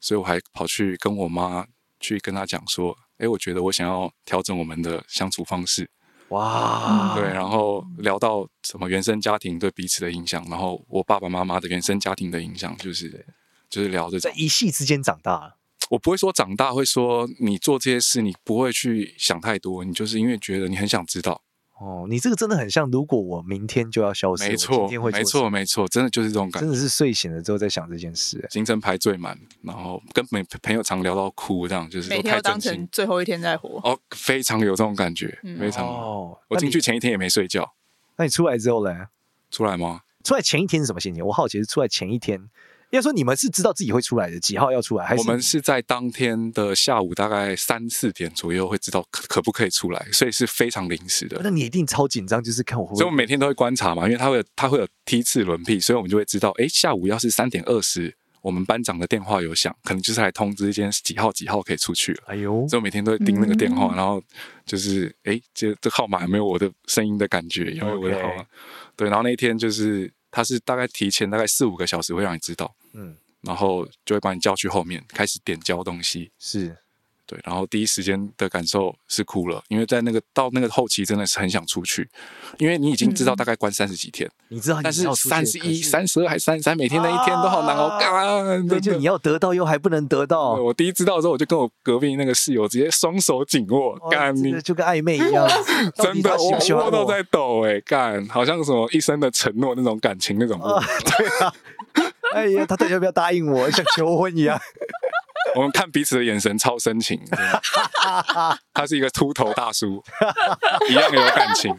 S5: 所以我还跑去跟我妈去跟她讲说，哎，我觉得我想要调整我们的相处方式，
S3: 哇，
S5: 对，然后聊到什么原生家庭对彼此的影响，然后我爸爸妈妈的原生家庭的影响，就是就是聊这
S3: 在。
S5: 种
S3: 一夕之间长大了，
S5: 我不会说长大会说你做这些事，你不会去想太多，你就是因为觉得你很想知道。
S3: 哦，你这个真的很像，如果我明天就要消失，
S5: 没
S3: 我
S5: 错
S3: 今天会，做
S5: 没错，
S3: 什么，
S5: 没错，真的就是这种感
S3: 真。
S5: 觉
S3: 的是睡醒了之后在想这件事、哎
S5: 行程排最满，然后跟朋朋友常聊到哭，这样就是
S1: 每
S5: 说
S1: 天
S5: 太
S1: 都当
S5: 真
S1: 成
S5: 心
S1: 最后一天在活。
S5: 哦，非常有这种感觉，
S1: 嗯
S5: 非常。
S3: 哦，
S5: 我
S3: 那
S5: 进
S3: 你
S5: 去，前一天也没睡觉，
S3: 那你出来之后嘞？
S5: 出来吗？
S3: 出来前一天是什么心情？我好奇是出来前一天，要说你们是知道自己会出来的，几号要出来？还是
S5: 我们是在当天的下午大概三四点左右会知道可可不可以出来，所以是非常临时的。
S3: 那你一定超紧张，就是看我会
S5: 所以我
S3: 不
S5: 们
S3: 会
S5: 每天都会观察嘛，因为他会有他会有梯次轮替，所以我们就会知道，诶，下午要是三点二十，我们班长的电话有响，可能就是来通知今天几号几号可以出去了。
S3: 哎呦，
S5: 所以我每天都会盯那个电话，
S3: 嗯
S5: 然后就是诶，这这号码有没有我的声音的感觉，有没有我的号码
S3: OK
S5: 对，然后那一天就是他是大概提前大概四五个小时会让你知道，
S3: 嗯，
S5: 然后就会把你叫去后面开始点交东西，
S3: 是
S5: 对，然后第一时间的感受是哭了，因为在那个到那个后期真的是很想出去，因为你已经知道大概关三十几天，
S3: 你知道嗯哦你
S5: 但是
S3: 要出去，
S5: 三十一、
S3: 可是
S5: 三十二还三三，每天那一天都好难熬，
S3: 啊
S5: 干、
S3: 对，
S5: 真
S3: 就
S5: 的
S3: 你哦要得到又还不能得到
S5: 对，我第一知道的时候，我就跟我隔壁那个室友直接双手紧握，
S3: 哦
S5: 干
S3: 这
S5: 你
S3: 个就跟暧昧一 样，到
S5: 真
S3: 底
S5: 的
S3: 他喜不喜欢
S5: 握到
S3: 我？
S5: 在抖哎、干好像什么一生的承诺那种感情那种握。
S3: 啊，对啊，哎呀，他到底要不要答应我？像求婚一 样，
S5: 我们看彼此的眼神超深 情，真的他是一个秃头大叔，一样有感情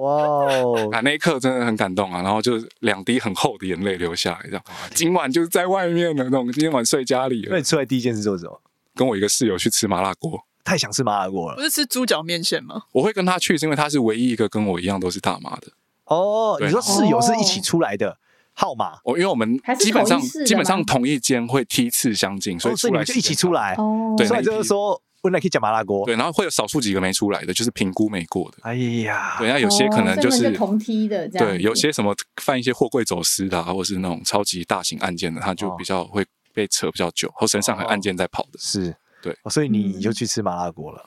S3: 哇哦！
S5: 啊！那一刻真的很感动啊，然后就是两滴很厚的眼泪流下来，这样。今晚就是在外面的那种，今天晚睡家里
S3: 那
S5: 了
S3: 你出来第一件事做什么？
S5: 跟我一个室友去吃麻辣锅。
S3: 太想吃麻辣锅
S1: 不是
S3: 了
S1: 吃猪脚面线吗？
S5: 我会跟他去，是因为他是唯一一个跟我一样都是大麻的。
S3: 哦！
S5: 对
S3: 你说室友是一起出来
S1: 哦
S3: 的号码，
S5: 我、因为我们
S4: 还是
S5: 基本上
S4: 同一室的吗
S5: 基本上同一间会梯次相近，所以
S3: 哦所以
S5: 出
S3: 你
S5: 来、
S3: 们就一起出。来，
S4: 哦，
S5: 对
S3: 出
S5: 那
S3: 来
S5: 一
S3: 就是
S5: 批
S3: 说，问来可以讲麻辣锅。
S5: 对，然后会有少数几个没出来的，就是评估没过的。
S3: 哎呀，
S5: 对，那有些可能就
S4: 哦所以
S5: 是、
S4: 你们同梯的这样子，
S5: 对，有些什么犯一些货柜走私的、啊，或是那种超级大型案件的，他就
S3: 哦
S5: 比较会被扯比较久，或身上还有案件在跑的。
S3: 是，
S5: 对
S3: 哦所以你
S1: 嗯
S3: 你就去吃麻辣锅了。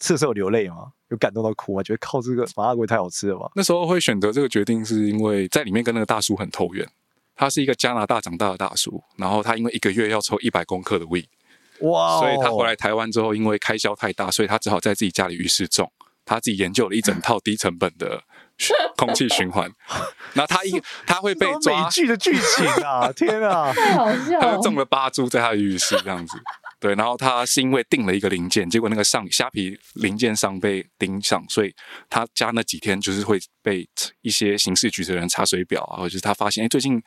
S3: 吃的时候有流泪吗？有感动到哭吗？觉得靠这个麻辣锅也太好吃了吧？
S5: 那时候会选择这个决定，是因为在里面跟那个大叔很投缘。他是一个加拿大长大的大叔，然后他因为一个月要抽一百公克的 weed，、
S3: 哇哦！
S5: 所以他回来台湾之后，因为开销太大，所以他只好在自己家里浴室种。他自己研究了一整套低成本的 空气循环，那他一他会被
S3: 这种
S5: 抓
S3: 美，剧的剧情 啊！天啊！
S4: 太好 笑
S5: 他
S4: 了
S5: 就。中了八株在他的浴室这样子。对，然后他是因为订了一个零件，结果那个上虾皮零件上被盯上，所以他家那几天就是会被一些刑事局的人查水表啊，或者是他发现哎最近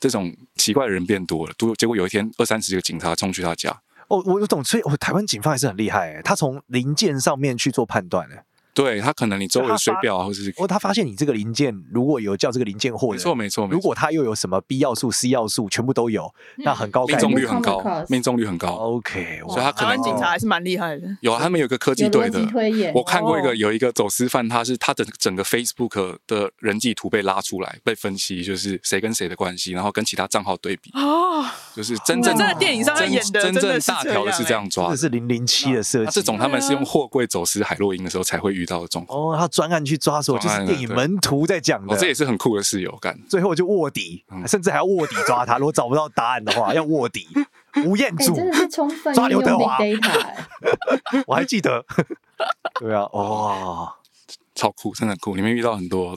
S5: 这种奇怪的人变多了，都结果有一天二三十个警察冲去他家，
S3: 哦，我有懂，所以我、哦、台湾警方还是很厉害、欸，他从零件上面去做判断、欸，
S5: 对他可能你周围的水表 啊，或者是
S3: 哦，他发现你这个零件如果有叫这个零件货
S5: 没错
S3: 的，
S5: 没错没
S3: 如
S5: 错，
S3: 果它又有什么 B 要素、C 要素，全部都有，
S4: 嗯
S3: 那很高概
S5: 命中率
S3: 率。
S5: 很高
S4: Common，cause
S5: 命中率很高。
S3: OK，
S5: 所以他可
S1: 台湾
S5: 能
S1: 警察还是蛮厉害的。
S5: 有啊，他们有个科技
S4: 有
S5: 队
S4: 逻
S5: 的
S4: 辑，推演，
S5: 我看过一个
S1: 哦
S5: 有一个走私犯，他是他的整个 Facebook 的人际图被拉出来，被分析，就是谁跟谁的关系，然后跟其他账号对比，
S1: 哦，
S5: 就是真
S1: 这
S5: 正
S1: 真的电影上在
S5: 真
S1: 演的
S5: 真
S1: 真
S5: 正
S1: 的是
S5: 大条的是这样
S3: 真
S5: 抓
S3: 的
S5: 的。
S3: 是零零七的设
S5: 那
S3: 计。
S5: 这种他们是用货柜走私海洛因的时候才会遇到的状况，
S3: 哦，他专案去抓手，就
S5: 专
S3: 是
S5: 案
S3: 电影
S5: 对
S3: 门徒在讲的。
S1: 啊
S5: 哦，这也是很酷的室友感。
S3: 最后就卧底，
S5: 嗯
S3: 甚至还要卧底抓 他。如果找不到答案的话，要卧底。吴彦
S4: 哎，
S3: 祖，
S4: 真的是充分
S3: 抓
S4: 应
S3: 刘
S4: 用
S3: 德
S4: big
S3: 华
S5: 啊
S4: data，哎
S3: 我还记得。 对啊，哇！
S5: 嗯超酷，真的很酷。里面遇到很多，
S1: 啊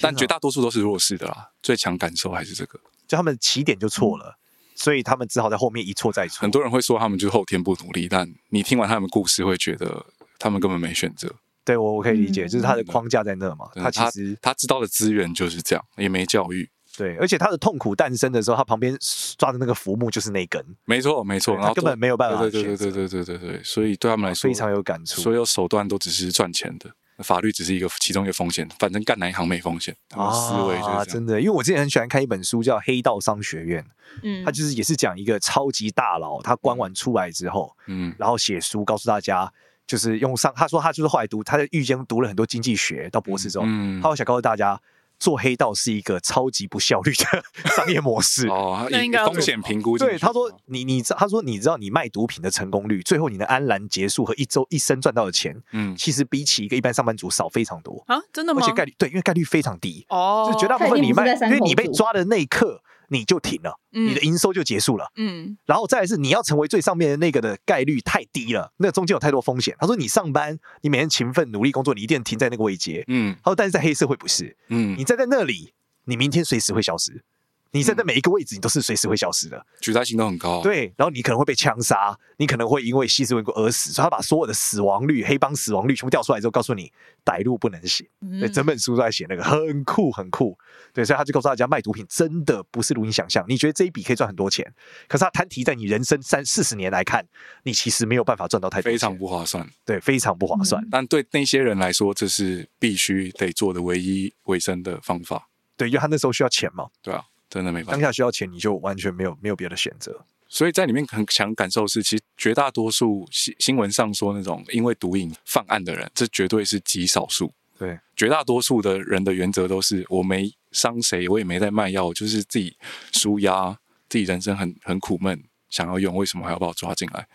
S5: 但绝大多数都是弱势的啦。最强感受还是这个。
S3: 就他们起点就错了，所以他们只好在后面一错再错。
S5: 很多人会说他们就是后天不努力，但你听完他们故事，会觉得他们根本没选择。
S3: 对我我可以理解，
S4: 嗯
S3: 就是他的框架在那嘛。
S5: 真
S3: 他
S5: 的
S3: 其实
S5: 嗯他他知道的资源就是这样，也没教育。
S3: 对，而且他的痛苦诞生的时候，他旁边抓的那个浮木就是那根，
S5: 没错，没错，
S3: 对
S5: 然后
S3: 他根本没有办法
S5: 对对对
S3: 选择
S5: 对对对对对，所以对他们来说
S3: 非常有感触
S5: 所有手段都只是赚钱的，法律只是一个其中一个风险，反正干哪一行没风险，他们思维就是这
S3: 啊，
S5: 样。
S3: 真的。因为我之前很喜欢看一本书叫《黑道商学院》，
S1: 嗯
S3: 他就是也是讲一个超级大佬，他关完出来之后，
S5: 嗯，
S3: 然后写书告诉大家，就是用上他说他就是后来读他在狱间读了很多经济学到博士之后，
S5: 嗯
S3: 他会想告诉大家做黑道是一个超级不效率的 商业模式。
S5: 哦，
S1: 那
S5: 以
S1: 应该要
S5: 风险评估进去。
S3: 对，他说你你知他说你知道你卖毒品的成功率，最后你的安然结束和一周一生赚到的钱，
S5: 嗯，
S3: 其实比起一个一般上班族少非常多，
S1: 啊，真的
S3: 而
S1: 吗？
S3: 且概率对，因为概率非常低，
S1: 哦，
S3: 就绝大部分你
S4: 他
S3: 卖
S4: 一定不是在，山
S3: 因
S4: 口
S3: 为你被
S4: 住
S3: 抓的那一刻你就停了，你的营收就结束了。
S1: 嗯
S3: 然后再来是你要成为最上面的那个的概率太低了，那中间有太多风险。他说你上班，你每天勤奋努力工作，你一定停在那个位阶。
S5: 嗯
S3: 他说，但是在黑社会不是，
S5: 嗯
S3: 你，站在那里，你明天随时会消失。你
S4: 嗯
S3: 站在每一个位置，你都是随时会消失的。
S5: 取代性都很
S4: 哦
S5: 高。，
S3: 对，然后你可能会被枪杀，你可能会因为吸食文过而死。所以他把所有的死亡率、黑帮死亡率全部调出来之后，告诉你歹路不能行。对，
S1: 嗯，
S3: 整本书都在写那个，很酷很酷。对，所以他就告诉大家，卖毒品真的不是如你想象。你觉得这一笔可以赚很多钱，可是他摊提在你人生三四十年来看，你其实没有办法赚到太多钱
S5: 非常不划算。
S3: 对，非常不划算。
S5: 但对那些人来说，这是必须得做的唯一维生的方法。
S3: 对，因为他那时候需要钱嘛，
S5: 对啊，真的没办
S3: 当
S5: 法。
S3: 下需要钱，你就完全没有没有别的选择。
S5: 所以在里面很强感受是，其实绝大多数新新闻上说那种因为毒瘾犯案的人，这绝对是极少数。
S3: 对，
S5: 绝大多数的人的原则都是我没伤谁，我也没在卖药，我就是自己舒压，自己人生很很苦闷，想要用，为什么还要把我抓进来？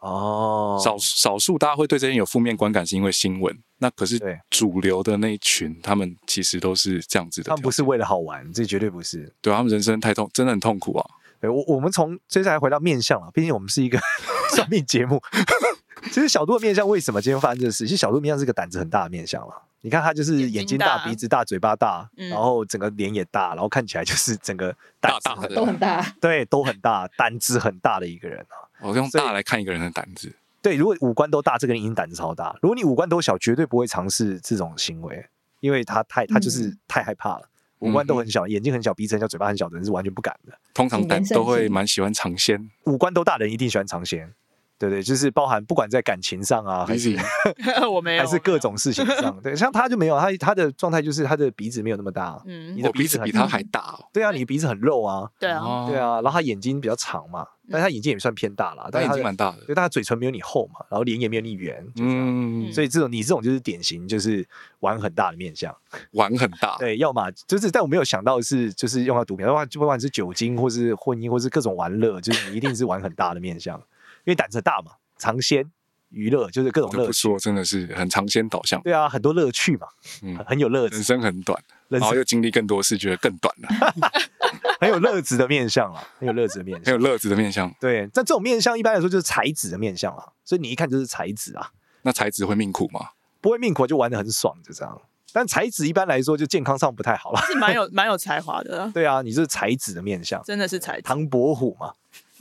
S3: 哦
S5: 少少数大家会对这些人有负面观感，是因为新闻。那可是
S3: 对
S5: 主流的那一群，他们其实都是这样子的
S3: 他
S5: 条
S3: 们
S5: 件，
S3: 不是为了好玩，这绝对不是。
S5: 对他们人生太痛，真的很痛苦啊。
S3: 对我，我们从接下来回到面相了，毕竟我们是一个 算命节目。 其实小度的面相为什么今天发生这个事？其实小度面相是个胆子很大的面相了。你看他就是眼
S1: 眼
S3: 睛
S1: 睛
S3: 大、
S1: 大
S3: 鼻子大、嘴巴大，
S1: 嗯
S3: 然后整个脸也大，然后看起来就是整个胆子
S5: 大大的
S4: 都很大，
S3: 对都很大，胆子很大的一个人啊。
S5: 我用
S3: 所以
S5: 大来看一个人的胆子，
S3: 对，如果五官都大，这个人已经胆子超大；如果你五官都小，绝对不会尝试这种行为，因为他太他就是太害怕了。五官都
S5: 嗯
S3: 很小，眼睛很小，鼻子很小，嘴巴很小的人是完全不敢的。
S5: 通常
S4: 谨
S5: 胆
S4: 言慎
S5: 都会
S4: 行
S5: 蛮喜欢尝鲜
S3: 五官都大的人一定喜欢尝鲜，对对，就是包含不管在感情上啊，还是
S5: ，easy，
S1: 嗯 我没有，
S3: 还是各种事情上，对，像他就没有，他他的状态就是他的鼻子没有那么大，
S1: 嗯
S3: 你，的
S5: 我鼻子
S3: 很
S5: 比他还大哦。
S3: 对啊，你的鼻子很肉啊，
S1: 对啊，
S5: 哦嗯
S3: 对，啊，然后他眼睛比较长嘛，但他眼睛也算偏大啦，
S5: 他
S3: 但
S5: 眼
S3: 他
S5: 睛蛮大的。
S3: 对，但他嘴唇没有你厚嘛，然后脸也没有你圆，
S5: 嗯，
S3: 所以这种你这种就是典型就是玩很大的面相，
S5: 碗很大，
S3: 对，要么就是但我没有想到是就是用到毒品，要么就不管是酒精或是婚姻或是各种玩乐，就是你一定是玩很大的面相，因为胆子大嘛，尝鲜娱乐就是各种
S5: 我都
S3: 乐
S5: 不
S3: 趣，
S5: 说，真的是很尝鲜导向，
S3: 对啊，很多乐趣嘛，
S5: 嗯
S3: 很很有乐
S5: 人
S3: 子，
S5: 生很短，
S3: 人
S5: 然后
S3: 生
S5: 又经历更多事，觉得更短 了，
S3: 很有乐子的面相啊，很有乐子的面
S5: 很
S3: 相。
S5: 有乐子的面相。
S3: 对，但这种面相一般来说就是才子的面相啦，所以你一看就是才子啊，
S5: 那才子会命苦吗？
S3: 不会命苦就玩的很爽，就这样。但才子一般来说就健康上不太好啦。
S1: 是蛮有蛮有才华的啊，
S3: 对啊，你就是才子的面相，
S1: 真的是才子，
S3: 唐伯虎嘛，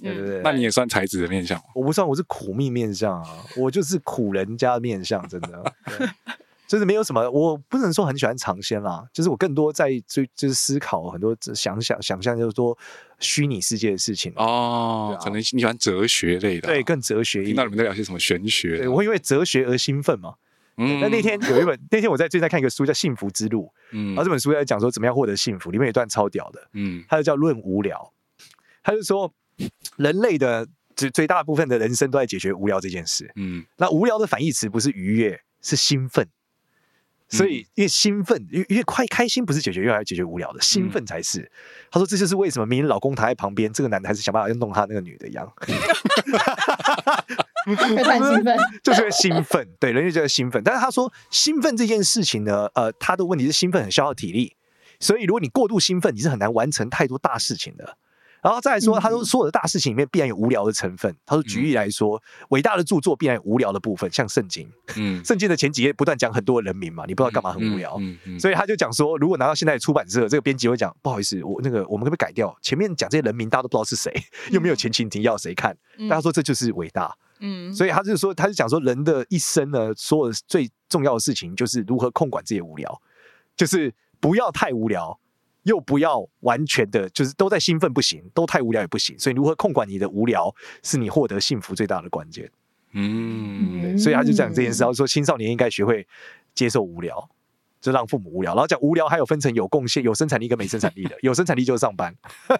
S3: 对不
S1: 嗯，
S3: 对？
S5: 那你也算才子的面相吗？
S3: 我不算，我是苦命面相啊，我就是苦人家的面相，真 的。对就是没有什么，我不能说很喜欢尝鲜啦，就是我更多在追，就是思考很多想想想象，就是说虚拟世界的事情
S5: 哦
S3: 对啊，
S5: 可能你喜欢哲学类的啊，
S3: 对，更哲学一
S5: 听到
S3: 点。
S5: 你们在聊些什么玄学
S3: 对，
S5: 的啊？
S3: 我会因为哲学而兴奋嘛。
S5: 嗯
S3: 那那天有一本，那天我在最近在看一个书叫《幸福之路》，
S5: 嗯
S3: 然后这本书在讲说怎么样获得幸福，里面有一段超屌的，
S5: 嗯
S3: 它就叫《论无聊》，它就说人类的最最大部分的人生都在解决无聊这件事。
S5: 嗯
S3: 那无聊的反义词不是愉悦，是兴奋。所以越兴奋，越越快开心，不是解决越来越解决无聊的，兴奋才是。他说这就是为什么明明老公躺在旁边，这个男的还是想办法要弄他那个女的一样，
S4: 会很兴奋。
S3: 就是会兴奋。对，人就觉得兴奋。但是他说兴奋这件事情呢，呃，他的问题是兴奋很消耗体力，所以如果你过度兴奋，你是很难完成太多大事情的。然后再来说，他说所有的大事情里面必然有无聊的成分。他说举例来说，伟大的著作必然有无聊的部分，像圣经。
S5: 嗯，
S3: 圣经的前几页不断讲很多人名嘛，你不知道干嘛，很无聊。
S5: 嗯嗯嗯
S3: 所以他就讲说，如果拿到现在的出版社，这个编辑会讲，不好意思，我那个我们可不可以改掉？前面讲这些人名，大家都不知道是谁，
S5: 嗯
S3: 又没有前情提要，谁看？
S1: 嗯
S3: 大家说这就是伟大，
S1: 嗯，
S3: 所以他就说，他就讲说，人的一生呢，所有的最重要的事情就是如何控管自己的无聊，就是不要太无聊，又不要完全的，就是都在兴奋不行，都太无聊也不行。所以如何控管你的无聊，是你获得幸福最大的关键。
S5: 嗯
S3: 所以他就讲这件事，
S4: 嗯
S3: 他说青少年应该学会接受无聊，就让父母无聊。然后讲无聊还有分成有贡献、有生产力跟没生产力的，有生产力就是上班。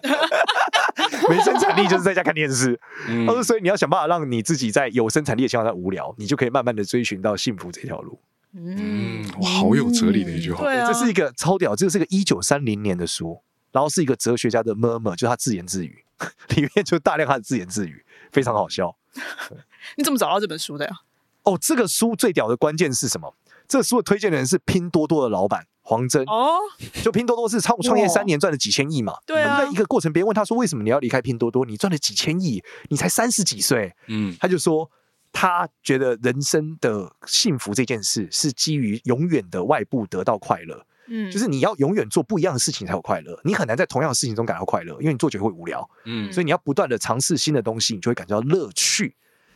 S3: 没生产力就是在家看电视。
S5: 嗯
S3: 他说，所以你要想办法让你自己在有生产力的情况下无聊，你就可以慢慢的追寻到幸福这条路。
S5: 嗯，哇，好有哲理的一句话。
S1: 对啊，
S3: 这是一个超屌，这个是个一九三零年的书，然后是一个哲学家的 murmur，就是他自言自语， 里面就大量他的自言自语，非常好笑。
S1: 你怎么找到这本书的呀？
S3: 哦，这个书最屌的关键是什么？这个书的推荐人是拼多多的老板黄峥，
S1: 哦，
S3: 就拼多多是创创业三年赚了几千亿嘛。
S1: 对啊
S3: 在一个过程，别人问他说为什么你要离开拼多多？你赚了几千亿，你才三十几岁，
S5: 嗯
S3: 他就说他觉得人生的幸福这件事是基于永远的外部得到快乐。
S1: 嗯，
S3: 就是你要永远做不一样的事情才有快乐，你很难在同样的事情中感到快乐，因为你做久会无聊，
S5: 嗯
S3: 所以你要不断的尝试新的东西，你就会感觉到乐趣。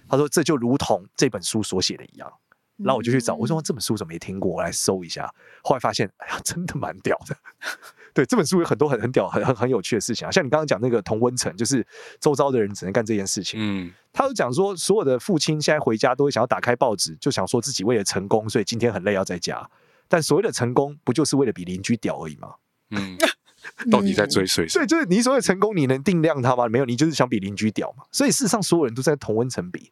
S3: 他说这就如同这本书所写的一样，然后我就去找，我说这本书怎么没听过？我来搜一下，后来发现，哎呀，真的蛮屌的。 对，这本书有很多很很屌、很很很有趣的事情啊，像你刚刚讲那个同温层，就是周遭的人只能干这件事情。
S5: 嗯
S3: 他就讲说，所有的父亲现在回家都会想要打开报纸，就想说自己为了成功，所以今天很累要在家。但所谓的成功，不就是为了比邻居屌而已吗？
S5: 嗯，到底在追随谁
S3: 所以？就是你所谓成功，你能定量它吗？没有，你就是想比邻居屌嘛。所以事实上，所有人都在同温层比，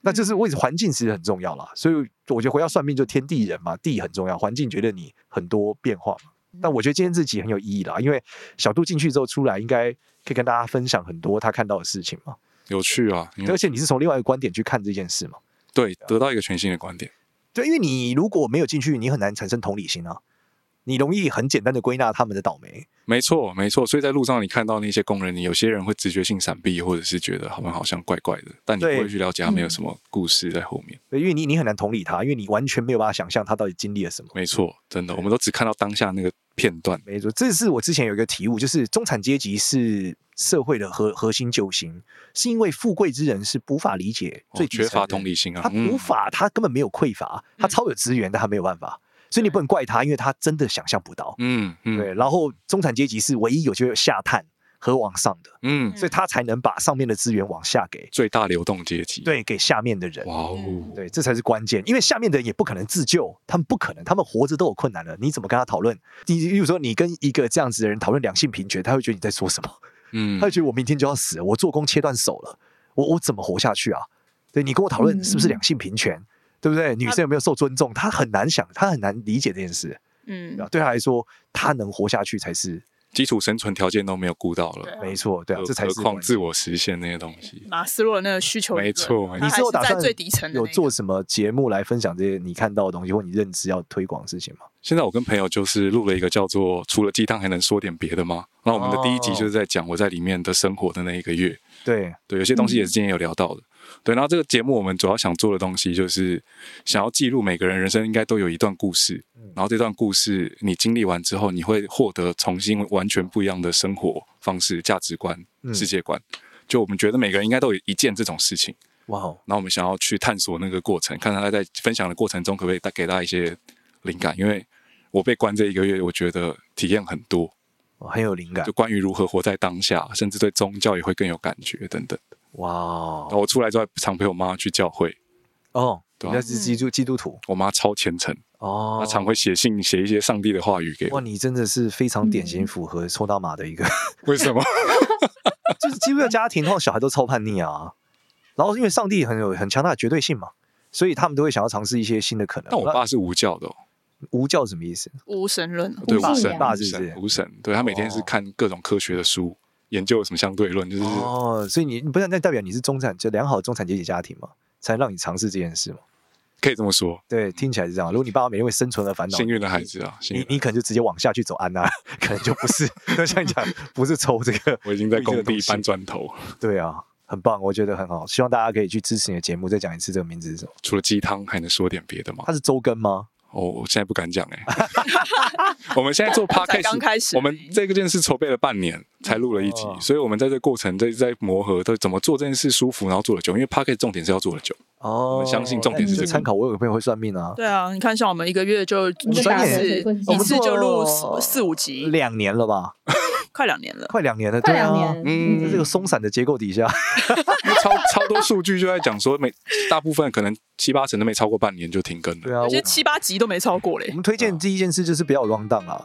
S3: 那就是为环境其实很重要啦。所以我觉得回到算命，就天地人嘛，地很重要，环境决定你很多变化嘛。但我觉得今天这集很有意义啦，因为小杜进去之后出来，应该可以跟大家分享很多他看到的事情嘛。
S5: 有趣啊！因
S3: 而
S5: 为
S3: 且你是从另外一个观点去看这件事嘛。
S5: 对，得到一个全新的观点。
S3: 对，因为你如果没有进去，你很难产生同理心啊，你容易很简单的归纳他们的倒霉。
S5: 没错，没错。所以在路上你看到那些工人，你有些人会直觉性闪避，或者是觉得他们好像怪怪的，但你不
S3: 对嗯
S5: 会去了解他们有什么故事在后面。
S3: 对，因为你你很难同理他，因为你完全没有办法想象他到底经历了什么。
S5: 没错，真的，我们都只看到当下那个片段。哦
S3: 没错，这是我之前有一个体悟，就是中产阶级是社会的核核心救星，是因为富贵之人是无法理解
S5: 哦
S3: 最、
S5: 缺乏同理，心啊，
S3: 他无
S5: 嗯
S3: 法，他根本没有匮乏，他超有资源，但他没有办法，所以你不能怪他，因为他真的想象不到。
S5: 嗯嗯
S3: 对，然后中产阶级是唯一有机会下探和往上的，
S5: 嗯，
S3: 所以他才能把上面的资源往下给
S5: 最大流动阶级。，
S3: 对给下面的人。
S5: 哇哦，
S3: 对，这才是关键，因为下面的人也不可能自救，他们不可能，他们活着都有困难了，你怎么跟他讨论？你，比如说你跟一个这样子的人讨论两性平权，他会觉得你在说什么？
S5: 嗯
S3: 他会觉得我明天就要死了，我做工切断手了，我我怎么活下去啊？对你跟我讨论是不是两性平权，对不对？女生有没有受尊重？他很难想，他很难理解这件事，
S1: 嗯
S3: 对吧？对他来说，他能活下去才是
S5: 基础生存条件都没有顾到
S1: 对
S5: 了，
S3: 没错，对啊
S5: 何，
S3: 这才是
S5: 何况
S3: 关键
S5: 自我实现那些东西。
S1: 马斯洛的那个需求理论，
S5: 没错没错
S1: 他
S3: 你
S1: 还
S3: 是有打
S1: 在
S3: 算
S1: 最底层的
S3: 有
S1: 那个
S3: 做什么节目来分享这些你看到的东西，或你认知要推广的事情吗？
S5: 现在我跟朋友就是录了一个叫做“除了鸡汤还能说点别的吗”。那我们的第一集就是在讲我在里面的生活的那一个月，
S3: 对，
S5: 对，有些东西也是今天有聊到的。对，然后这个节目我们主要想做的东西就是想要记录每个人人生应该都有一段故事，然后这段故事你经历完之后，你会获得重新完全不一样的生活方式、价值观、
S3: 嗯
S5: 世界观。就我们觉得每个人应该都有一件这种事情，
S3: 哇哦，
S5: 然后我们想要去探索那个过程，看他在分享的过程中可不可以带给大家一些灵感。因为我被关这一个月，我觉得体验很多，
S3: 哦很有灵感
S5: 就，关于如何活在当下，甚至对宗教也会更有感觉等等。
S3: 哇哦
S5: 然后我出来之后，常陪我妈去教会，
S3: 哦，
S5: 对啊
S3: 你那是基督基督徒
S5: 我妈超虔诚，
S3: 哦，
S5: 她常会写信写一些上帝的话语给
S3: 哇，
S5: 我。
S3: 你真的是非常典型符合抽到马的一个，
S5: 为什么？
S3: 就是基督教家庭，通常小孩都超叛逆啊。然后因为上帝很有很强大的绝对性嘛，所以他们都会想要尝试一些新的可能。
S5: 但我爸是无教的、哦，
S3: 无教是什么意思？
S1: 无神论，
S3: 嗯
S5: 对
S4: 爸
S5: 无
S4: 是
S5: 神，
S3: 爸
S5: 无
S3: 是不
S5: 神
S3: 是
S5: 无神，对他每天是
S3: 哦
S5: 看各种科学的书，研究什么相对论，就是
S3: 哦，所以你你不是那代表你是中产，就良好的中产阶级家庭嘛，才能让你尝试这件事嘛？
S5: 可以这么说，
S3: 对，听起来是这样。如果你爸爸每天为生存而烦恼，
S5: 嗯幸运的孩子啊，幸运
S3: 你
S5: 的
S3: 你可能就直接往下去走安娜， 可能就不是，就像你讲，不是抽这个
S5: 我已经在工
S3: 不一
S5: 地
S3: 定的东西
S5: 搬砖头，
S3: 对啊，很棒，我觉得很好，希望大家可以去支持你的节目。再讲一次，这个名字是什么？
S5: 除了鸡汤还能说点别的吗？
S3: 它是周更吗？
S5: 哦，我现在不敢讲哎、 我们现在做
S1: 才
S5: podcast
S1: 刚开始而已
S5: 我们这个件事筹备了半年，才录了一集，
S3: 哦
S5: 所以我们在这过程在在磨合，到底怎么做这件事舒服，然后做的久，因为 podcast 重点是要做的久。
S3: 哦，
S5: 我相信重点
S4: 是
S3: 那你就
S4: 这个
S3: 参考我有个朋友会算命啊，
S1: 对啊，你看像我们一个月就
S4: 你
S1: 一
S4: 就
S1: 次
S3: 打了
S4: 水棍
S1: 一次就录
S3: 我们做
S1: 四四五集，
S3: 两年了吧，
S1: 快两年了。
S3: 快两年了，
S4: 快
S3: 对
S4: 两
S3: 啊
S4: 年，，
S5: 嗯
S3: 在这个松散的结构 底下，
S5: 因为超超多数据就在讲说，每大部分可能七八成都没超过半年就停更了。
S3: 对啊，
S1: 有
S3: 我
S1: 些七八集都没超过
S3: 我
S1: 嘞，
S3: 们推
S5: 啊
S3: 荐第一件事就是不要 round down 啊，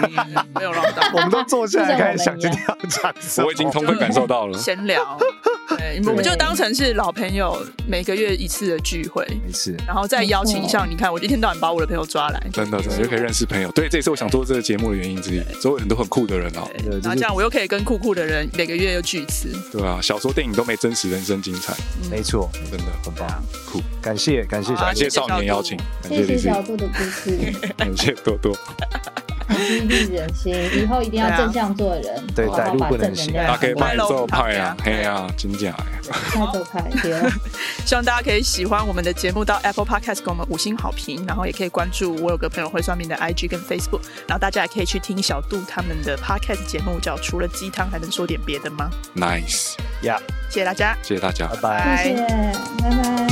S1: 嗯没有让到
S3: 我们都坐下来
S4: 就像我
S3: 开
S4: 们
S3: 始想
S4: 一
S3: 今
S4: 样
S3: 天要讲什么，
S5: 嗯 我已经充分感受到了，
S1: 闲聊，对，我们就当成是老朋友每个月一次的聚会，
S3: 没事，
S1: 然后再邀请上。你看，我一天到晚把我的朋友抓来，
S5: 真的真的就可以认识朋友。对，这也是我想做这个节目的原因之一。周围很多很酷的人啊，
S1: 对
S3: 对就是
S1: 然后这样我又可以跟酷酷的人每个月又聚一次。
S5: 对啊，小说电影都没真实人生精彩，
S3: 没错，
S5: 真的
S3: 很棒，
S5: 酷。
S3: 感谢感谢
S1: 好啊
S3: 小
S5: 感
S3: 姐，
S5: 谢少年邀请，感谢
S4: 谢谢
S5: 李志，
S4: 小杜的故事，
S5: 感谢多多，
S4: 激励人心，以后一定要
S1: 对啊
S4: 正向做人，
S3: 对
S4: 好好
S3: 歹路
S4: 把
S3: 不
S4: 正
S3: 能
S4: 能
S3: 行
S5: 大
S4: 量
S5: 家可以拍
S1: 拜喽
S5: 照派啊，
S1: 拜
S5: 嘿啊，真假哎，
S4: 带走派对。
S1: 希望大家可以喜欢我们的节目，到 Apple Podcast 给我们五星好评，然后也可以关注我有个朋友会算命的 IG 跟 Facebook，然后大家也可以去听小杜他们的 Podcast 节目，叫除了鸡汤还能说点别的吗？
S5: ，nice，
S3: 呀，
S1: 谢谢大家，
S5: 谢谢大家
S3: 拜。拜。
S4: 谢谢，拜拜。